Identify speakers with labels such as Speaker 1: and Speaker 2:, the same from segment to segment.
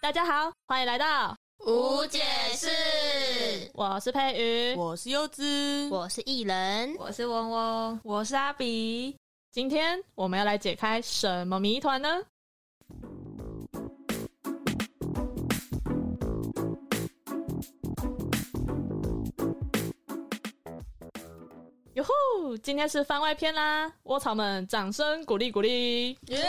Speaker 1: 大家好，欢迎来到
Speaker 2: 无解释，
Speaker 1: 我是佩瑜，
Speaker 3: 我是柚子，
Speaker 2: 我是艺人，
Speaker 4: 我是嗡嗡，
Speaker 3: 我是阿比。
Speaker 1: 今天我们要来解开什么谜团呢？哟吼！今天是番外篇啦，窝草们掌声鼓励鼓励！耶！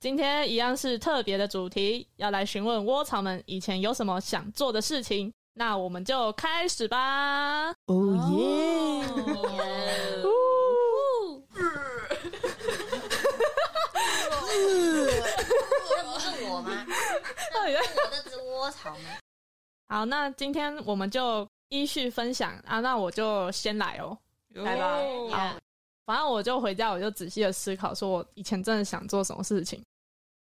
Speaker 1: 今天一样是特别的主题，要来询问窝草们以前有什么想做的事情。那我们就开始吧。哦
Speaker 3: 哦耶！
Speaker 2: 哦那不是我吗？
Speaker 1: 到底在
Speaker 2: 我的只窝草吗？
Speaker 1: 好，那今天我们就依序分享啊，那我就先来哦，来吧。好，反正我就回家，我就仔细的思考，说我以前真的想做什么事情。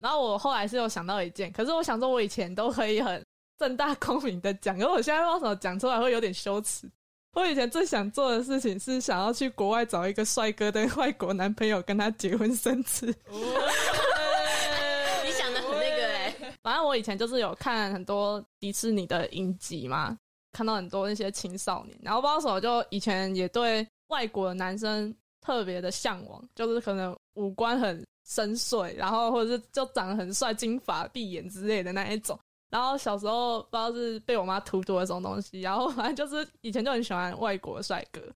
Speaker 1: 然后我后来是有想到一件，可是我想说，我以前都可以很正大光明的讲，可是我现在不知道怎么讲出来会有点羞耻。我以前最想做的事情是想要去国外找一个帅哥的外国男朋友，跟他结婚生子。
Speaker 2: 哦 你想的很那个哎，
Speaker 1: 反正我以前就是有看很多迪士尼的影集嘛，看到很多那些青少年，然后不知道为什么就以前也对外国的男生特别的向往，就是可能五官很深邃，然后或者是就长得很帅，金发碧眼之类的那一种。然后小时候不知道是被我妈荼毒了什么东西，然后反正就是以前就很喜欢外国帅哥，不知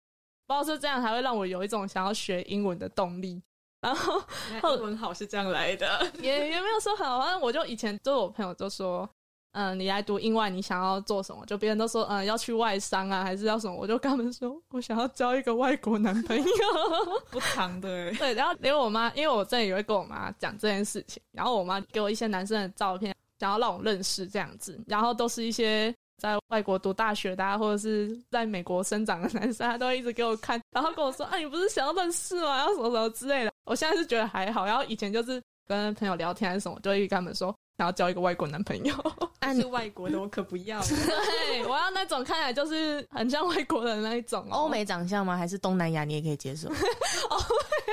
Speaker 1: 道是这样才会让我有一种想要学英文的动力。然后
Speaker 3: 哎
Speaker 2: 哦
Speaker 3: 英文好是这样来的，
Speaker 1: 也也没有说很好，反正我就以前就我朋友就说，嗯，你来读英外，你想要做什么？就别人都说，嗯，要去外商啊，还是要什么？我就跟他们说，我想要交一个外国男朋友。
Speaker 3: 不长的。欸
Speaker 1: 对，然后连我妈，因为我真的也会跟我妈讲这件事情，然后我妈给我一些男生的照片，想要让我认识这样子，然后都是一些在外国读大学的、啊，或者是在美国生长的男生，他都会一直给我看，然后跟我说：“啊，你不是想要认识吗？”然后什么什么之类的。我现在是觉得还好，然后以前就是跟朋友聊天还是什么，就会跟他们说想要交一个外国男朋友，
Speaker 5: 啊
Speaker 3: 是外国的，我可不 要。
Speaker 1: 对，我要那种看起来就是很像外国人那一种、哦
Speaker 5: 欧美长相吗？还是东南亚你也可以接受？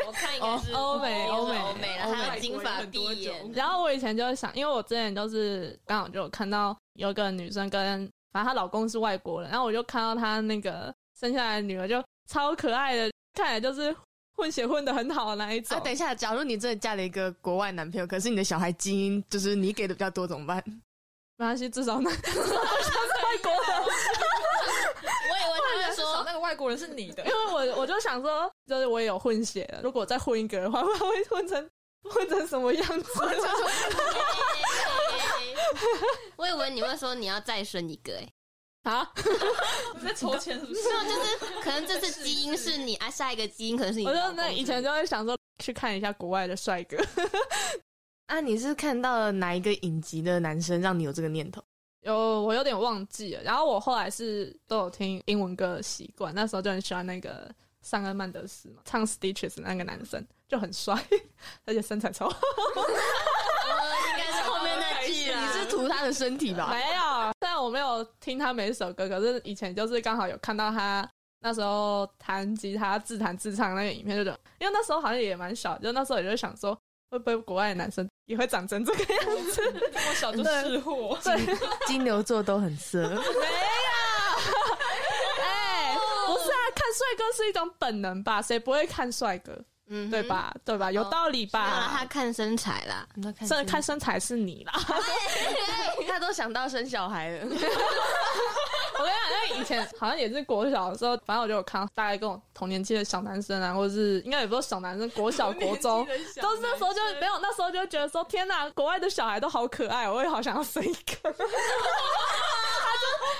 Speaker 2: 我看应该是哦
Speaker 1: 欧美欧美
Speaker 2: 欧美了，
Speaker 5: 欧美
Speaker 2: 还有金发碧眼，
Speaker 1: 然后我以前就会想，因为我之前就是刚好就有看到有一个女生跟，反正她老公是外国人，然后我就看到她那个生下来的女儿就超可爱的，看起来就是混血混的很好的那一种。
Speaker 5: 啊，等一下，假如你真的嫁了一个国外男朋友，可是你的小孩基因就是你给的比较多，怎么办？
Speaker 1: 没关系，至少那至少她是外国人，
Speaker 2: 我以为他们
Speaker 3: 啊说
Speaker 2: 说
Speaker 3: 那个外国人是你 的
Speaker 1: 因，为我我就想说，就是我也有混血的，如果我再混一个的话，我会混成混成什么样子？
Speaker 2: 嘿嘿嘿， 我以为你会说你要再生一个哎，
Speaker 1: 啊，
Speaker 3: 你在抽签是不是？
Speaker 2: 没有，就是可能这次基因是你啊，下一个基因可能是你
Speaker 1: 我
Speaker 2: 老
Speaker 1: 就
Speaker 2: 公。
Speaker 1: 那以前就会想说去看一下国外的帅哥。
Speaker 5: 啊，你是看到了哪一个影集的男生让你有这 个念头？
Speaker 1: 有，我有点忘记了。然后我后来是都有听英文歌的习惯，那时候就很喜欢那个尚恩曼德斯嘛，唱《Stitches》那个男生就很帅， 而且身材超好。
Speaker 2: 哦应该是后面那句
Speaker 5: 你
Speaker 3: 啊
Speaker 2: 啦。
Speaker 5: 是图他的身体 吧？
Speaker 1: 没有，虽然我没有听他每一首歌，可是以前就是刚好有看到他那时候弹吉他自弹自唱那个影片，就觉得，因为那时候好像也蛮小，就那时候也就想说，会不会国外的男生也会长成这个样子？
Speaker 3: 我小就识货，
Speaker 5: 金牛座都很 色，
Speaker 1: 没有，哎、不是啊，看帅哥是一种本能吧？谁不会看帅哥？
Speaker 2: 嗯哼
Speaker 1: 对？吧？对哦吧？有道理
Speaker 2: 啊，他
Speaker 1: 吧？
Speaker 2: 看身材啦，
Speaker 5: 那看
Speaker 1: 甚至看身材是你啦。
Speaker 5: 他都想到生小孩了。
Speaker 1: 我跟你讲，哎因为以前好像也是国小的时候，反正我就有看到大概跟我同年纪的小男生啊，或者是应该也不是小男生，国小、国中， 都是那时候就没有，那时候就觉得说，天哪，国外的小孩都好可爱，我也好想要生一个。 他就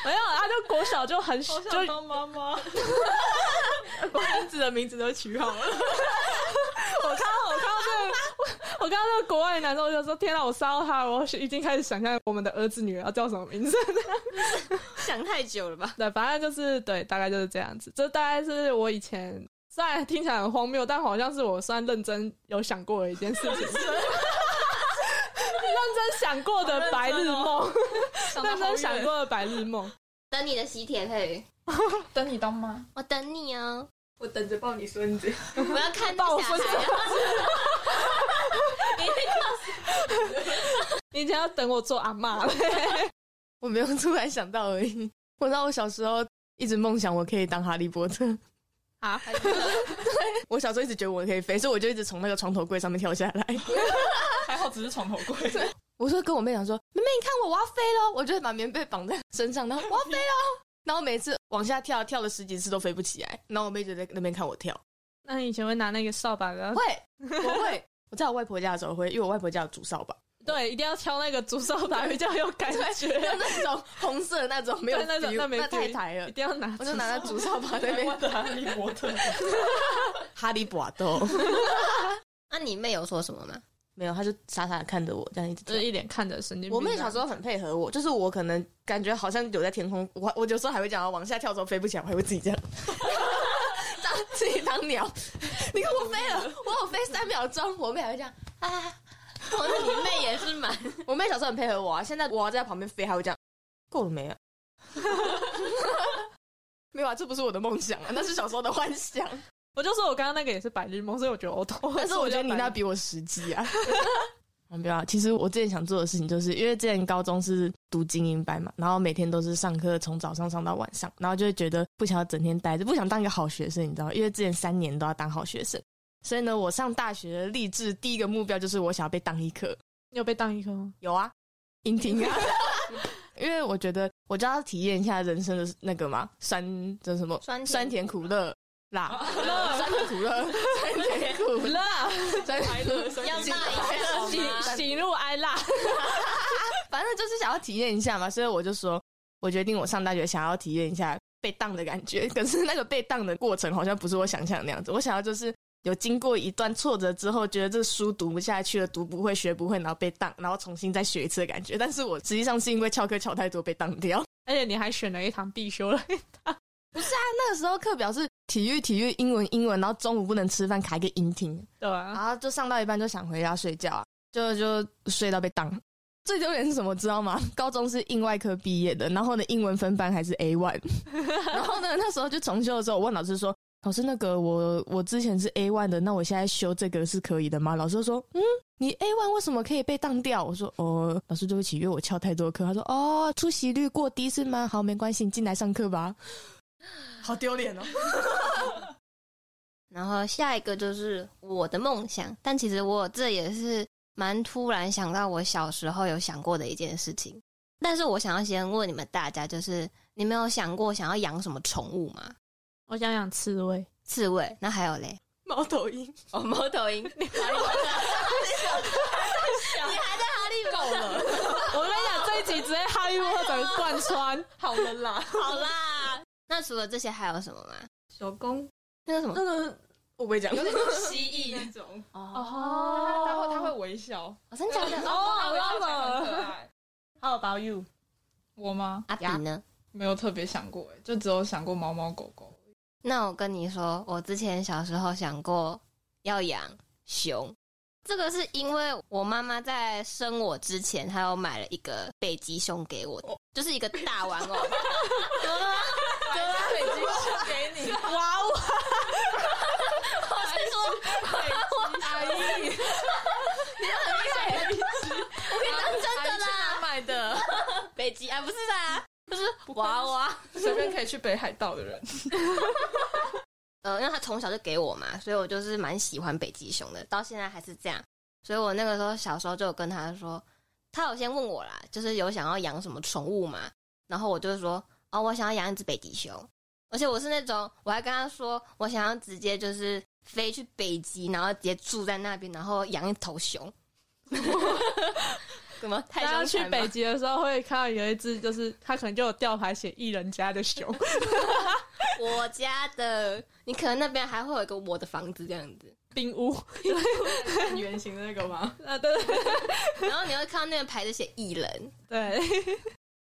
Speaker 1: 没有，他就国小就很
Speaker 3: 好
Speaker 1: 就
Speaker 3: 想当妈 妈。
Speaker 5: 名字的名字都取好了，
Speaker 1: 我看到我看到这个，我看到这个国外的男生，我就说天哪，我杀到他了，我已经开始想象我们的儿子女儿要叫什么名字。
Speaker 2: 想太久了吧？
Speaker 1: 对，反正就是对，大概就是这样子。这大概是我以前虽然听起来很荒谬，但好像是我算认真有想过的一件事情， 认真想过的
Speaker 3: 哦
Speaker 1: 白日梦，认真想过的白日梦。
Speaker 2: 等你的喜帖配，
Speaker 3: 等你当妈，
Speaker 2: 我等你 哦，
Speaker 3: 我等着抱你孙子。
Speaker 2: 我要看你啊
Speaker 1: 抱我
Speaker 2: 小孩
Speaker 1: 孙子
Speaker 2: 哦。你
Speaker 1: 明天要等我做阿妈了。
Speaker 5: 我没有 突然想到而已。我知道我小时候一直梦想我可以当哈利波特，
Speaker 1: 啊，
Speaker 5: 我小时候一直觉得我可以飞，所以我就一直从那个床头柜上面跳下来。
Speaker 3: 还好只是床头柜，
Speaker 5: 我说跟我妹讲说，妹妹你看我我要飞喽，我就把棉被绑在身上，然后我要飞喽。然后每次往下跳，跳了十几次都飞不起来。然后我妹就在那边看我跳，
Speaker 1: 那你以前会拿那个扫把的？
Speaker 5: 会，我会。我在我外婆家的时候会，因为我外婆家有竹扫把，
Speaker 1: 对，一定要挑那个竹扫把比较有感
Speaker 5: 没有
Speaker 1: 觉，
Speaker 5: 那种红色的那种，没有
Speaker 1: 对那种
Speaker 5: feel，
Speaker 1: 那没
Speaker 5: 太
Speaker 1: feel
Speaker 5: 抬了
Speaker 1: 一。定要拿。
Speaker 5: 我就拿着竹 扫把在那边
Speaker 3: 哈利波特，
Speaker 5: 哈利波特，
Speaker 2: 那啊你妹有说什么吗？
Speaker 5: 没有，他就傻傻的看着我，这样一直
Speaker 1: 就是一脸看着神经病。
Speaker 5: 我妹小时候很配合我，就是我可能感觉好像有在天空，我我有时候还会讲要往下跳的时候飞不起来，我还会自己这样，当自己当鸟。你看我飞了，我有飞三秒钟，我妹还会这样。
Speaker 2: 啊， 我说你妹也是蛮
Speaker 5: 我妹小时候很配合我啊，现在我要在旁边飞，还会这样，够了没啊？ 没有啊，这不是我的梦想啊，那是小时候的幻想。
Speaker 1: 我就说我刚刚那个也是白日梦，所以我觉得我懂。
Speaker 5: 但是我觉得你那比我实际啊。 啊不要啊，其实我之前想做的事情，就是因为之前高中是读精英班嘛，然后每天都是上课从早上上到晚上，然后就会觉得不想要整天待着，不想当一个好学生，你知道吗？因为之前三年都要当好学生，所以呢，我上大学的立志第一个目标就是我想要被当医科。
Speaker 1: 你有被当一颗吗？
Speaker 5: 有啊，音听啊， 因为我觉得我就要体验一下人生的那个嘛，酸这什么
Speaker 2: 酸甜
Speaker 5: 酸甜苦乐辣，酸甜 苦乐，酸甜苦
Speaker 1: 不
Speaker 5: 乐，
Speaker 1: 辣，
Speaker 5: 酸甜苦乐。
Speaker 3: 要
Speaker 2: 要大一
Speaker 1: 喜
Speaker 2: 点好 吗？
Speaker 1: 喜怒哀辣。
Speaker 5: 反正就是想要体验一下嘛，所以我就说，我决定我上大学想要体验一下被当的感觉。可是那个被当的过程好像不是我想象的那样子，我想要就是有经过一段挫折之后，觉得这书读不下去了，读不会、学不会，然后被当，然后重新再学一次的感觉。但是我实际上是因为翘课翘太多被当掉。啊
Speaker 1: 而且你还选了一堂必修了，
Speaker 5: 那个时候课表是体育、体育、英文、英文，然后中午不能吃饭，卡一个音听，
Speaker 1: 对吧？
Speaker 5: 然后就上到一半就想回家睡觉啊，就就睡到被当。最丢脸是什么，知道吗？高中是英外科毕业的，然后呢，英文分班还是 A one，然后呢，那时候就重修的时候，我问老师说：“老师，那个我我之前是 A one 的，那我现在修这个是可以的吗？”老师就说：“嗯，你 A one 为什么可以被当掉？”我说：“哦，老师对不起，因为我翘太多课。”他说：“哦，出席率过低是吗？好，没关系，你进来上课吧。”好丢脸哦！
Speaker 2: 然后下一个就是我的梦想，但其实我这也是蛮突然想到我小时候有想过的一件事情。但是我想要先问你们大家，就是你们有想过想要养什么宠物吗？
Speaker 1: 我想养刺猬，
Speaker 2: 刺猬，那还有嘞？
Speaker 5: 猫头鹰，
Speaker 2: 哦，猫头鹰，你
Speaker 1: 够了！我跟你讲，这一集直接哈利波特贯穿，
Speaker 3: 好了 啦，
Speaker 2: 好啦。那除了这些还有什么吗？
Speaker 3: 手工
Speaker 2: 那个什么？
Speaker 5: 嗯，我不会讲，
Speaker 3: 蜥蜴那种，
Speaker 1: 哦
Speaker 3: 他会他会微笑，
Speaker 2: 哦真假的？
Speaker 1: 哦
Speaker 3: 他微笑
Speaker 1: 我知道了
Speaker 3: 很可爱。
Speaker 1: How about you？
Speaker 3: 我吗？
Speaker 2: 阿比呢？
Speaker 3: 没有特别想过，哎就只有想过猫猫狗狗。
Speaker 2: 那我跟你说，我之前小时候想过要养熊，这个是因为我妈妈在生我之前，她有买了一个北极熊给我，就是一个大玩偶。
Speaker 3: 北极熊给你，
Speaker 1: 哇哦！
Speaker 3: 阿姨，
Speaker 2: 真的啦，
Speaker 3: 买的，
Speaker 2: 北极啊，不是啦，就是娃娃。
Speaker 3: 随便可以去北海道的人，
Speaker 2: 呃，因为她从小就给我嘛，所以我就是蛮喜欢北极熊的，到现在还是这样。所以我那个时候小时候就有跟她说，她有先问我啦，就是有想要养什么宠物嘛，然后我就说，哦，我想要养一只北极熊，而且我是那种，我还跟她说，我想要直接就是飞去北极，然后直接住在那边，然后养一头熊。 怎么太
Speaker 1: 大家
Speaker 2: 凶
Speaker 1: 去
Speaker 2: 残吗
Speaker 1: 北极的时候会看到有一只，就是它可能就有吊牌写艺人家的熊，
Speaker 2: 我家的，你可能那边还会有一个我的房子这样子，
Speaker 1: 冰屋。
Speaker 3: 看圆形的那个吗？
Speaker 1: 啊，对对
Speaker 2: 然后你会看到那个牌子写艺人，
Speaker 1: 对，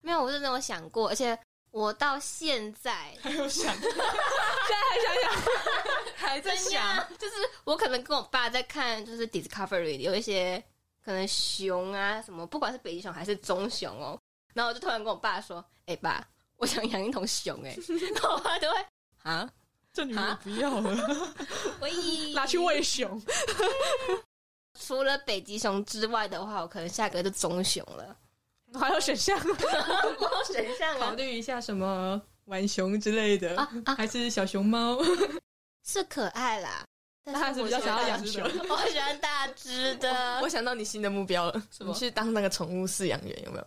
Speaker 2: 没有，我真的有想过，而且我到现在
Speaker 3: 还有想
Speaker 1: 现在还想想，
Speaker 3: 还在
Speaker 2: 怎样， 就是我可能跟我爸在看，就是 Discovery 有一些可能熊啊什么，不管是北极熊还是棕熊哦，然后我就突然跟我爸说：“哎、爸，我想养一头熊。”哎，然后我爸就会啊，
Speaker 3: 这女
Speaker 2: 人
Speaker 3: 不要了。
Speaker 2: 喂，
Speaker 1: 拿去喂熊。
Speaker 2: 除了北极熊之外的话，我可能下个就棕熊 了，
Speaker 1: 还有选项，
Speaker 2: 没有选项
Speaker 5: 考
Speaker 1: 哦
Speaker 2: 啊。
Speaker 5: 虑一下什么浣熊之类 的，
Speaker 2: 啊啊，
Speaker 5: 还是小熊猫？
Speaker 2: 是可爱啦，但
Speaker 1: 但还是
Speaker 2: 我
Speaker 1: 比较
Speaker 2: 喜
Speaker 1: 想要
Speaker 2: 欢
Speaker 1: 养
Speaker 2: 大
Speaker 1: 熊。
Speaker 2: 我喜欢大只 的
Speaker 6: 我。想到你新的目标了，
Speaker 5: 么
Speaker 6: 你去当那个宠物饲养员有没有？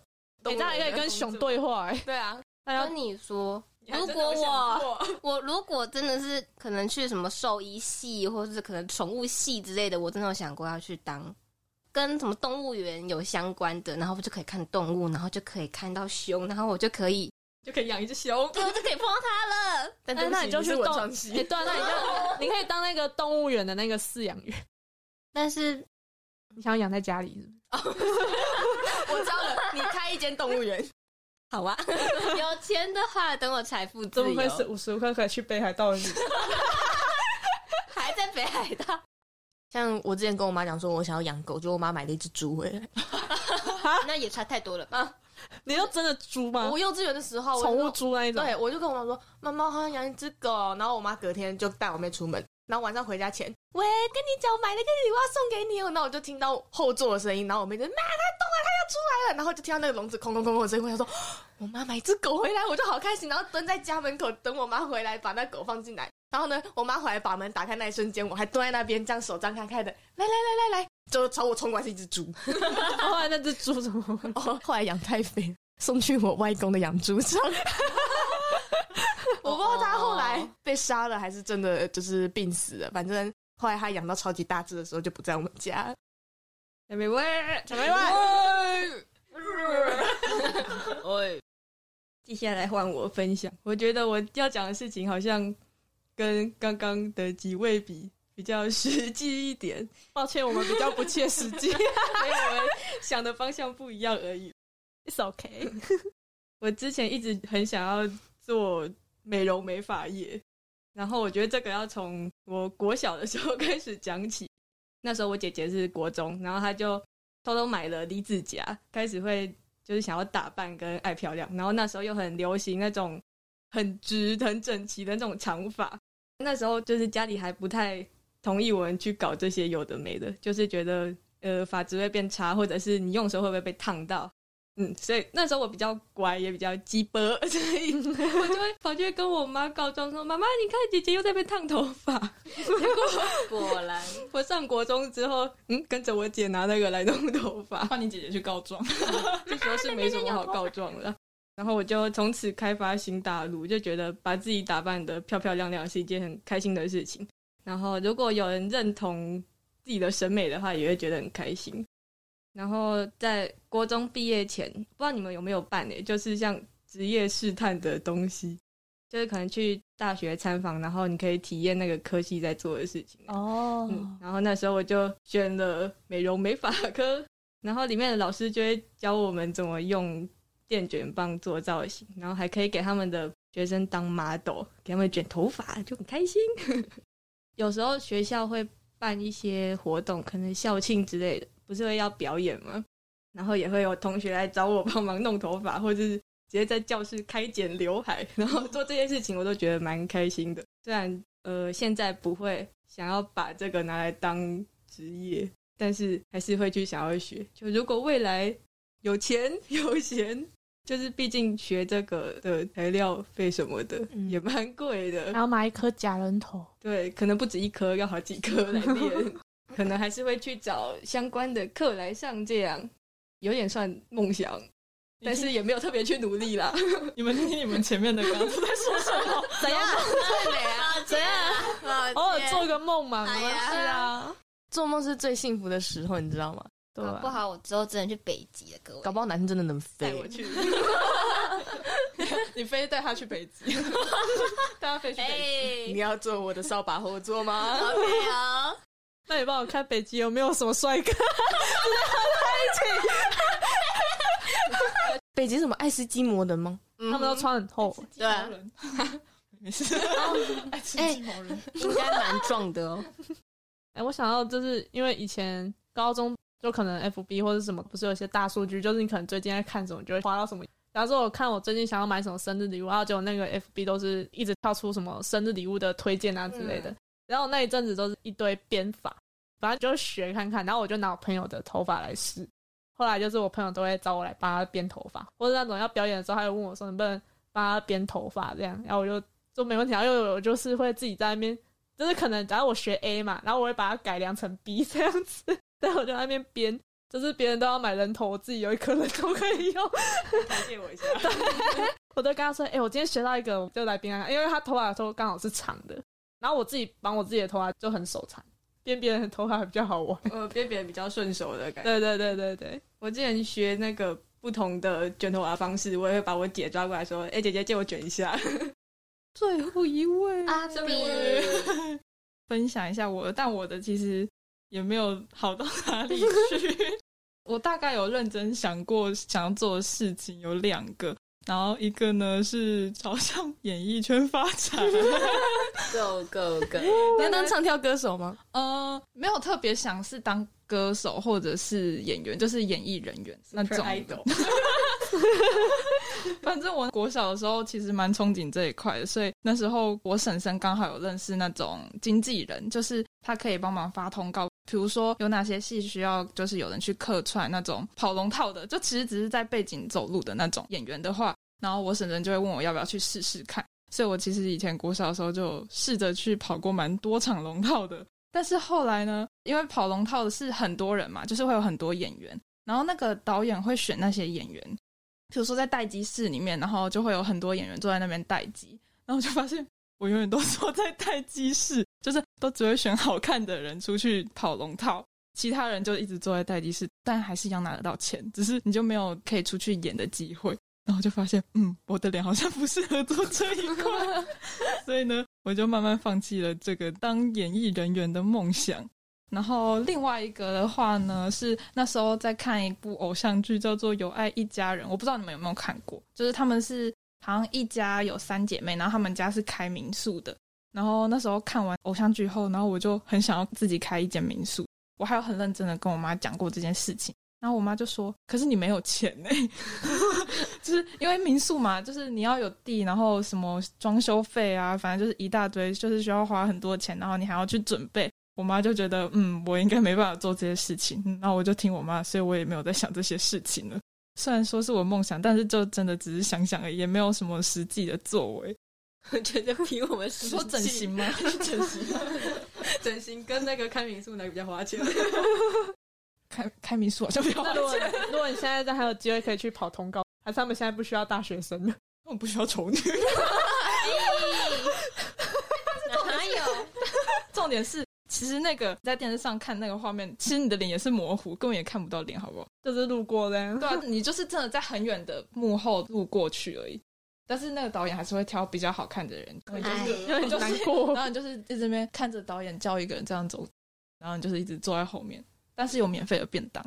Speaker 1: 你大家可以跟熊对话， 哎，
Speaker 6: 对啊，
Speaker 1: 大家
Speaker 2: 跟你说，
Speaker 5: 你还
Speaker 2: 如
Speaker 5: 真
Speaker 2: 果
Speaker 5: 的有想
Speaker 2: 我
Speaker 5: 过
Speaker 2: 我如果真的是可能去什么兽医系，或者是可能宠物系之类的，我真的有想过要去当跟什么动物园有相关的，然后我就可以看动物，然后就可以看到熊，然后我就可以，
Speaker 5: 就可以养一只 熊，
Speaker 2: 对，我就可以碰到它了。
Speaker 6: 但
Speaker 1: 那
Speaker 6: 对不
Speaker 1: 哎那
Speaker 6: 起
Speaker 1: 你就去
Speaker 6: 是我
Speaker 1: 动
Speaker 6: 创
Speaker 1: 哎，
Speaker 6: 新，
Speaker 1: 对啊，那你 就你可以当那个动物园的那个饲养员，
Speaker 2: 但是
Speaker 1: 你想要养在家里是不是？
Speaker 6: 我知道了，你开一间动物园，
Speaker 2: 好啊，有钱的话，等我财富自
Speaker 5: 怎么会是
Speaker 2: 由，
Speaker 5: 无时无刻可以去北海道的你？
Speaker 2: 还在北海道，
Speaker 6: 像我之前跟我妈讲说，我想要养狗，就我妈买了一只猪回来。
Speaker 2: 那也差太多了吧？
Speaker 1: 你要真的猪吗
Speaker 6: 我？幼稚园的时候，我就
Speaker 1: 宠
Speaker 6: 跟
Speaker 1: 物猪那一种？
Speaker 6: 对，我就跟我妈说，妈妈我好想养一只狗，然后我妈隔天就带我妹出门，然后晚上回家前，喂，跟你讲我买了个礼物要送给你哦，然后我就听到后座的声音，然后我妹就妈，它动了，它要出来了，然后就听到那个笼子空空空空的声音，我想说，我妈买一只狗回来，我就好开心，然后蹲在家门口等我妈回来把那狗放进来，然后呢，我妈回来把门打开那一瞬间，我还蹲在那边这样手张开开的，来来来来来，就朝我冲过来是一只猪，
Speaker 1: 后来那只猪怎么会？
Speaker 6: 哦，后来养太肥，送去我外公的养猪场。 我不知道他后来被杀了，还是真的就是病死了。反正后来他养到超级大只的时候，就不在我们家。哎
Speaker 5: 小美味，小美 味。接下来换我分享，我觉得我要讲的事情好像跟刚刚的几位比比较实际一点，
Speaker 1: 抱歉，我们比较不切实际。
Speaker 5: 所以我们想的方向不一样而已。
Speaker 1: It's OK，
Speaker 5: 我之前一直很想要做美容美发业，然后我觉得这个要从我国小的时候开始讲起。那时候我姐姐是国中，然后她就偷偷买了离子夹，开始会就是想要打扮跟爱漂亮。然后那时候又很流行那种很直、很整齐的那种长发。那时候就是家里还不太同意我们去搞这些有的没的，就是觉得呃发质会变差，或者是你用的时候会不会被烫到。嗯，所以那时候我比较乖，也比较鸡巴，所以我就会跑去跟我妈告状说：“妈妈，你看姐姐又在被烫头发。”
Speaker 2: 果然，
Speaker 5: 我上国中之后，嗯，跟着我姐拿那个来弄头发，
Speaker 7: 换你姐姐去告 状。
Speaker 5: 这时候是没什么好告状了。然后我就从此开发新大陆，就觉得把自己打扮得漂漂亮亮是一件很开心的事情。然后如果有人认同自己的审美的话，也会觉得很开心。然后在国中毕业前，不知道你们有没有办诶、就是像职业试探的东西，就是可能去大学参访，然后你可以体验那个科系在做的事情。
Speaker 1: 哦
Speaker 5: 嗯，然后那时候我就选了美容美发科， 然后里面的老师就会教我们怎么用电卷棒做造型，然后还可以给他们的学生当 model，给他们卷头发，就很开心。 有时候学校会办一些活动，可能校庆之类的，不是会要表演吗？然后也会有同学来找我帮忙弄头发，或者是直接在教室开剪刘海， 然后做这些事情，我都觉得蛮开心的。虽然呃现在不会想要把这个拿来当职业，但是还是会去想要学。就如果未来有钱有闲，就是毕竟学这个的材料费什么的、
Speaker 6: 嗯
Speaker 5: 也蛮贵的，
Speaker 1: 然后买一颗假人头，
Speaker 5: 对，可能不止一科，要好几科来练， 可能还是会去找相关的课来上，这样有点算梦想，但是也没有特别去努力啦。
Speaker 7: 你们听听你们前面的刚刚
Speaker 1: 怎样？
Speaker 2: 对啊，怎样？
Speaker 1: 偶尔做个梦嘛，
Speaker 2: 哎
Speaker 1: 没关
Speaker 2: 呀
Speaker 1: 系 啊。
Speaker 6: 做梦是最幸福的时候，你知道吗？
Speaker 1: 对
Speaker 2: 搞不
Speaker 1: 啊，
Speaker 2: 好我之后真的去北极了，各位。
Speaker 6: 搞不好男生真的能
Speaker 5: 带
Speaker 6: 飞。
Speaker 5: 我去，
Speaker 7: 你非带她去北极，
Speaker 5: 大家飞去北极。
Speaker 6: 你
Speaker 2: 哎
Speaker 6: 要做我的扫把后座 吗？
Speaker 2: ，OK 哦，
Speaker 1: 那你帮我看北极有没有什么帅哥？
Speaker 6: 北极什么爱斯基摩人吗？
Speaker 2: 他
Speaker 1: 他们都穿很厚，
Speaker 2: 嗯对啊，
Speaker 7: 没事，爱吃鸡毛人。
Speaker 2: 应该蛮壮的哦。
Speaker 1: 哎、我想到就是因为以前高中就可能 FB 或者什么，不是有一些大数据，就是你可能最近在看什么，就会滑到什么。假如说我看我最近想要买什么生日礼物，然后结果那个 FB 都是一直跳出什么生日礼物的推荐啊之类的。然后那一阵子都是一堆编法，反正就学看看。然后我就拿我朋友的头发来试，后来就是我朋友都会找我来帮他编头发，或者那种要表演的时候，他就问我说能不能帮他编头发这样，然后我就说没问题。然后因为我就是会自己在那边，就是可能假如我学 A 嘛，然后我会把它改良成 B 这样子，然后我就在那边编。就是别人都要买人头，我自己有一颗人头可以用，
Speaker 3: 推荐我一下。
Speaker 1: 我都跟他说：“哎、我今天学到一个，我就来编看啊看。”因为他头发都刚好是长的，然后我自己绑我自己的头发就很手残，编别人的头发比较好玩。
Speaker 3: 呃，编别人比较顺手的感觉。
Speaker 1: 对对对对对，
Speaker 3: 我之前学那个不同的卷头发方式，我也会把我姐抓过来说：“哎、姐姐，借我卷一下。
Speaker 1: 最后一位
Speaker 2: 阿
Speaker 3: 这
Speaker 2: 啊比，
Speaker 4: 分享一下我的，但我的其实也没有好到哪里去。 我大概有认真想过想要做的事情有两个，然后一个呢是朝向演艺圈发展，
Speaker 2: go go go，
Speaker 5: 你要当唱跳歌手吗？
Speaker 4: 呃，没有特别想是当歌手或者是演员，就是演艺人员那种的。 反正我国小的时候其实蛮憧憬这一块的，所以那时候我婶婶刚好有认识那种经纪人，就是他可以帮忙发通告，比如说有哪些戏需要就是有人去客串那种跑龙套的，就其实只是在背景走路的那种演员的话，然后我婶婶就会问我要不要去试试看。所以我其实以前国小的时候就试着去跑过蛮多场龙套的，但是后来呢，因为跑龙套的是很多人嘛，就是会有很多演员，然后那个导演会选那些演员，比如说在待机室里面，然后就会有很多演员坐在那边待机，然后我就发现我永远都 坐在待机室，就是都只会选好看的人出去跑龙套，其他人就一直坐在待机室，但还是一样拿得到钱，只是你就没有可以出去演的机会。然后就发现，嗯，我的脸好像不适合做这一块，所以呢，我就慢慢放弃了这个当演艺人员的梦想。然后另外一个的话呢，是那时候在看一部偶像剧，叫做《有爱一家人》，我不知道你们有没有看过，就是他们是好像一家有三姐妹，然后他们家是开民宿的。然后那时候看完偶像剧后，然后我就很想要自己开一间民宿，我还有很认真的跟我妈讲过这件事情。然后我妈就说：“可是你没有钱呢、就是因为民宿嘛，就是你要有地，然后什么装修费啊，反正就是一大堆，就是需要花很多钱，然后你还要去准备。我妈就觉得，嗯，我应该没办法做这些事情，嗯那我就听我妈，所以我也没有在想这些事情了。虽然说是我梦想，但是就真的只是想想而已，也没有什么实际的作为。
Speaker 2: 我觉得比我们
Speaker 4: 你
Speaker 2: 说
Speaker 4: 说整形 吗？整形，”
Speaker 3: 整形跟那个开民宿哪个比较花钱？
Speaker 2: 哎
Speaker 4: 开开民宿好像比较花
Speaker 1: 那如果
Speaker 4: 钱，
Speaker 1: 如果你现在还有机会可以去跑通告，还是他们现在不需要大学生了？
Speaker 4: 我不需要丑女。
Speaker 2: 哪有？
Speaker 4: 重点是，其实那个在电视上看那个画面，其实你的脸也是模糊，根本也看不到脸，好不好？
Speaker 1: 就是路过这样。
Speaker 4: 对啊， 你就是真的在很远的幕后路过去而已。但是那个导演还是会挑比较好看的人，
Speaker 1: 嗯
Speaker 4: 然
Speaker 2: 哎，
Speaker 1: 有点难过，
Speaker 4: 后你就是一直在那边看着导演叫一个人这样走，然后你就是一直坐在后面，但是有免费的便当，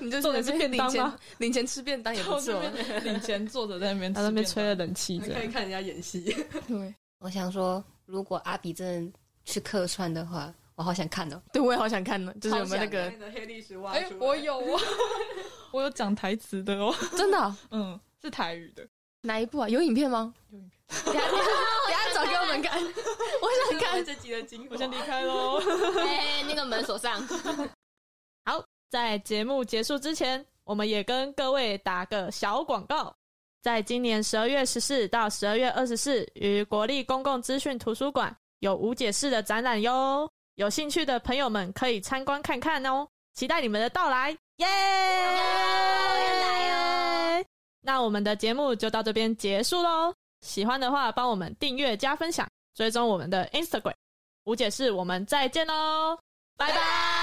Speaker 5: 你就
Speaker 1: 重点是便当吗
Speaker 5: 领钱？领钱吃便当也不错。
Speaker 3: 哦
Speaker 4: 领钱坐着在那边吃
Speaker 1: 他那边
Speaker 4: 便
Speaker 1: 吹了冷气这
Speaker 3: 可以
Speaker 1: 样。
Speaker 3: 看人家演戏。
Speaker 4: 当对，
Speaker 2: 我想说，如果阿比真的去客串的话，我好想看哦。
Speaker 5: 对，我也好想看呢，就是有没有
Speaker 3: 把
Speaker 5: 那个
Speaker 3: 那个黑历史挖
Speaker 4: 哎、
Speaker 3: 出来
Speaker 4: 我有
Speaker 5: 哦
Speaker 4: 啊，我有讲台词的哦，
Speaker 5: 真的啊
Speaker 4: 嗯，是台语的，
Speaker 5: 哪一部啊？有影片吗？
Speaker 4: 有影片
Speaker 5: 等一下，等一下等一下找给我们看，我想看。
Speaker 3: 这集的精华，
Speaker 4: 我先离开喽。
Speaker 2: 哎，那个门锁上。
Speaker 1: 在节目结束之前，我们也跟各位打个小广告。在今年十二月十四到十二月二十四，于国立公共资讯图书馆有无解释的展览哟，有兴趣的朋友们可以参观看看哦，期待你们的到来，耶！
Speaker 2: 来
Speaker 1: 哦！那我们的节目就到这边结束喽。喜欢的话，帮我们订阅加分享，追踪我们的 Instagram。无解释，我们再见喽，拜拜